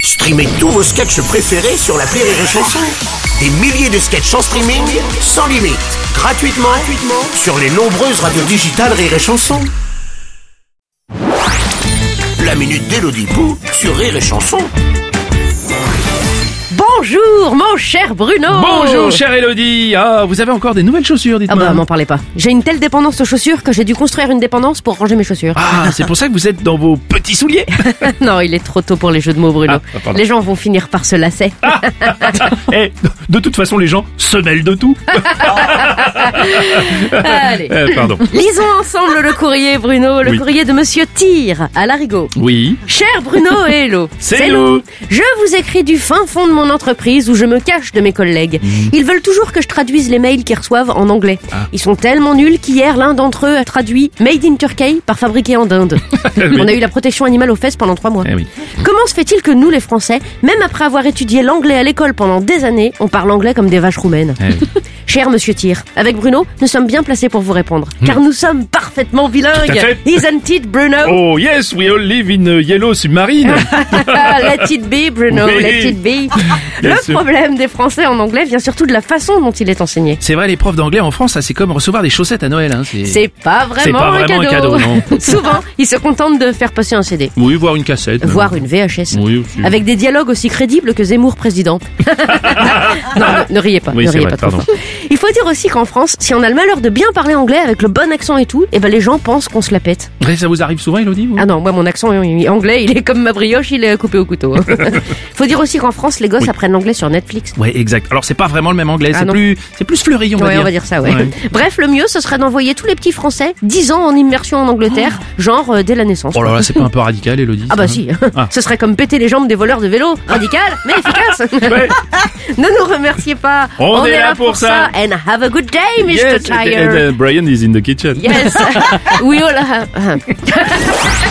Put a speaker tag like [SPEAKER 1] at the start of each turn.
[SPEAKER 1] Streamez tous vos sketchs préférés sur la Rire et Chanson. Des milliers de sketchs en streaming, sans limite, gratuitement, gratuitement sur les nombreuses radios digitales Rire et Chanson. La minute d'Elodie Pou sur Rire et Chanson.
[SPEAKER 2] Bonjour, mon cher Bruno.
[SPEAKER 3] Bonjour chère Elodie Ah, vous avez encore des nouvelles chaussures,
[SPEAKER 2] Ah
[SPEAKER 3] dites-moi
[SPEAKER 2] bah m'en parlez pas. J'ai une telle dépendance aux chaussures que j'ai dû construire une dépendance pour ranger mes chaussures.
[SPEAKER 3] Ah, c'est pour ça que vous êtes dans vos petits souliers
[SPEAKER 2] non, il est trop tôt pour les jeux de mots, Bruno.
[SPEAKER 3] Ah, pardon.
[SPEAKER 2] les gens vont finir par se lasser.
[SPEAKER 3] Eh, de toute façon, les gens se mêlent de tout
[SPEAKER 2] Allez.
[SPEAKER 3] Euh, Pardon.
[SPEAKER 2] Lisons ensemble le courrier, Bruno, le
[SPEAKER 3] Oui.
[SPEAKER 2] courrier de Monsieur Tire à l'arigot.
[SPEAKER 3] Oui
[SPEAKER 2] Cher Bruno et Hello,
[SPEAKER 3] C'est
[SPEAKER 2] Lou.
[SPEAKER 3] Lou.
[SPEAKER 2] Je vous écris du fin fond de mon entreprise où je me cache de mes collègues.
[SPEAKER 3] Mhm.
[SPEAKER 2] Ils veulent toujours que je traduise les mails qu'ils reçoivent en anglais.
[SPEAKER 3] Ah.
[SPEAKER 2] Ils sont tellement nuls qu'hier l'un d'entre eux a traduit Made in Turkey par fabriqué en Inde. On a eu la protection animale aux fesses pendant trois mois.
[SPEAKER 3] Eh oui.
[SPEAKER 2] Comment se fait-il que nous, les Français, même après avoir étudié l'anglais à l'école pendant des années, on parle anglais comme des vaches roumaines
[SPEAKER 3] Eh oui.
[SPEAKER 2] Cher Monsieur Tyr, avec Bruno, nous sommes bien placés pour vous répondre, car nous sommes parfaitement
[SPEAKER 3] Hmm. Tout à
[SPEAKER 2] bilingues.
[SPEAKER 3] fait.
[SPEAKER 2] Isn't it, Bruno
[SPEAKER 3] Oh yes, we all live in a yellow submarine
[SPEAKER 2] Ah, let it be, Bruno,
[SPEAKER 3] Oui.
[SPEAKER 2] let it be.
[SPEAKER 3] Bien
[SPEAKER 2] Le
[SPEAKER 3] sûr.
[SPEAKER 2] problème des Français en anglais vient surtout de la façon dont il est enseigné.
[SPEAKER 3] C'est vrai, les profs d'anglais en France, ça c'est comme recevoir des chaussettes à Noël. Hein,
[SPEAKER 2] C'est pas
[SPEAKER 3] C'est
[SPEAKER 2] vraiment,
[SPEAKER 3] pas vraiment un cadeau, non.
[SPEAKER 2] Souvent, ils se contentent de faire passer un CD,
[SPEAKER 3] Oui, voir une cassette. même.
[SPEAKER 2] voire une VHS.
[SPEAKER 3] Oui, aussi.
[SPEAKER 2] Avec des dialogues aussi crédibles que Zemmour président. non, ne, ne riez pas,
[SPEAKER 3] Oui,
[SPEAKER 2] ne
[SPEAKER 3] c'est
[SPEAKER 2] riez
[SPEAKER 3] vrai,
[SPEAKER 2] pas trop
[SPEAKER 3] pardon.
[SPEAKER 2] fort. Il faut dire aussi qu'en France, si on a le malheur de bien parler anglais avec le bon accent et tout, eh ben les gens pensent qu'on se la pète.
[SPEAKER 3] Ouais, Ça vous arrive souvent, Elodie vous
[SPEAKER 2] Ah non, moi mon accent euh, anglais, il est comme ma brioche, il est coupé au couteau. hein. Faut dire aussi qu'en France, les gosses
[SPEAKER 3] Oui.
[SPEAKER 2] apprennent l'anglais sur Netflix.
[SPEAKER 3] Ouais, exact. Alors c'est pas vraiment le même anglais,
[SPEAKER 2] Ah,
[SPEAKER 3] c'est
[SPEAKER 2] non.
[SPEAKER 3] plus, c'est plus fleuri, on va
[SPEAKER 2] Ouais,
[SPEAKER 3] dire.
[SPEAKER 2] on va dire ça, ouais. Bref, le mieux, ce serait d'envoyer tous les petits Français 10 ans en immersion en Angleterre, genre euh, dès la naissance.
[SPEAKER 3] Ah. Oh là là, c'est pas un peu radical, Elodie
[SPEAKER 2] Ah bah si,
[SPEAKER 3] Ah.
[SPEAKER 2] ce serait comme péter les jambes des voleurs de vélo. Radical, mais efficace.
[SPEAKER 3] Ouais.
[SPEAKER 2] ne nous remerciez pas.
[SPEAKER 3] On est là pour ça.
[SPEAKER 2] And have a good day, Mr.
[SPEAKER 3] Yes,
[SPEAKER 2] Tire. oh
[SPEAKER 3] and, uh, Brian is in the kitchen.
[SPEAKER 2] Yes. We all have-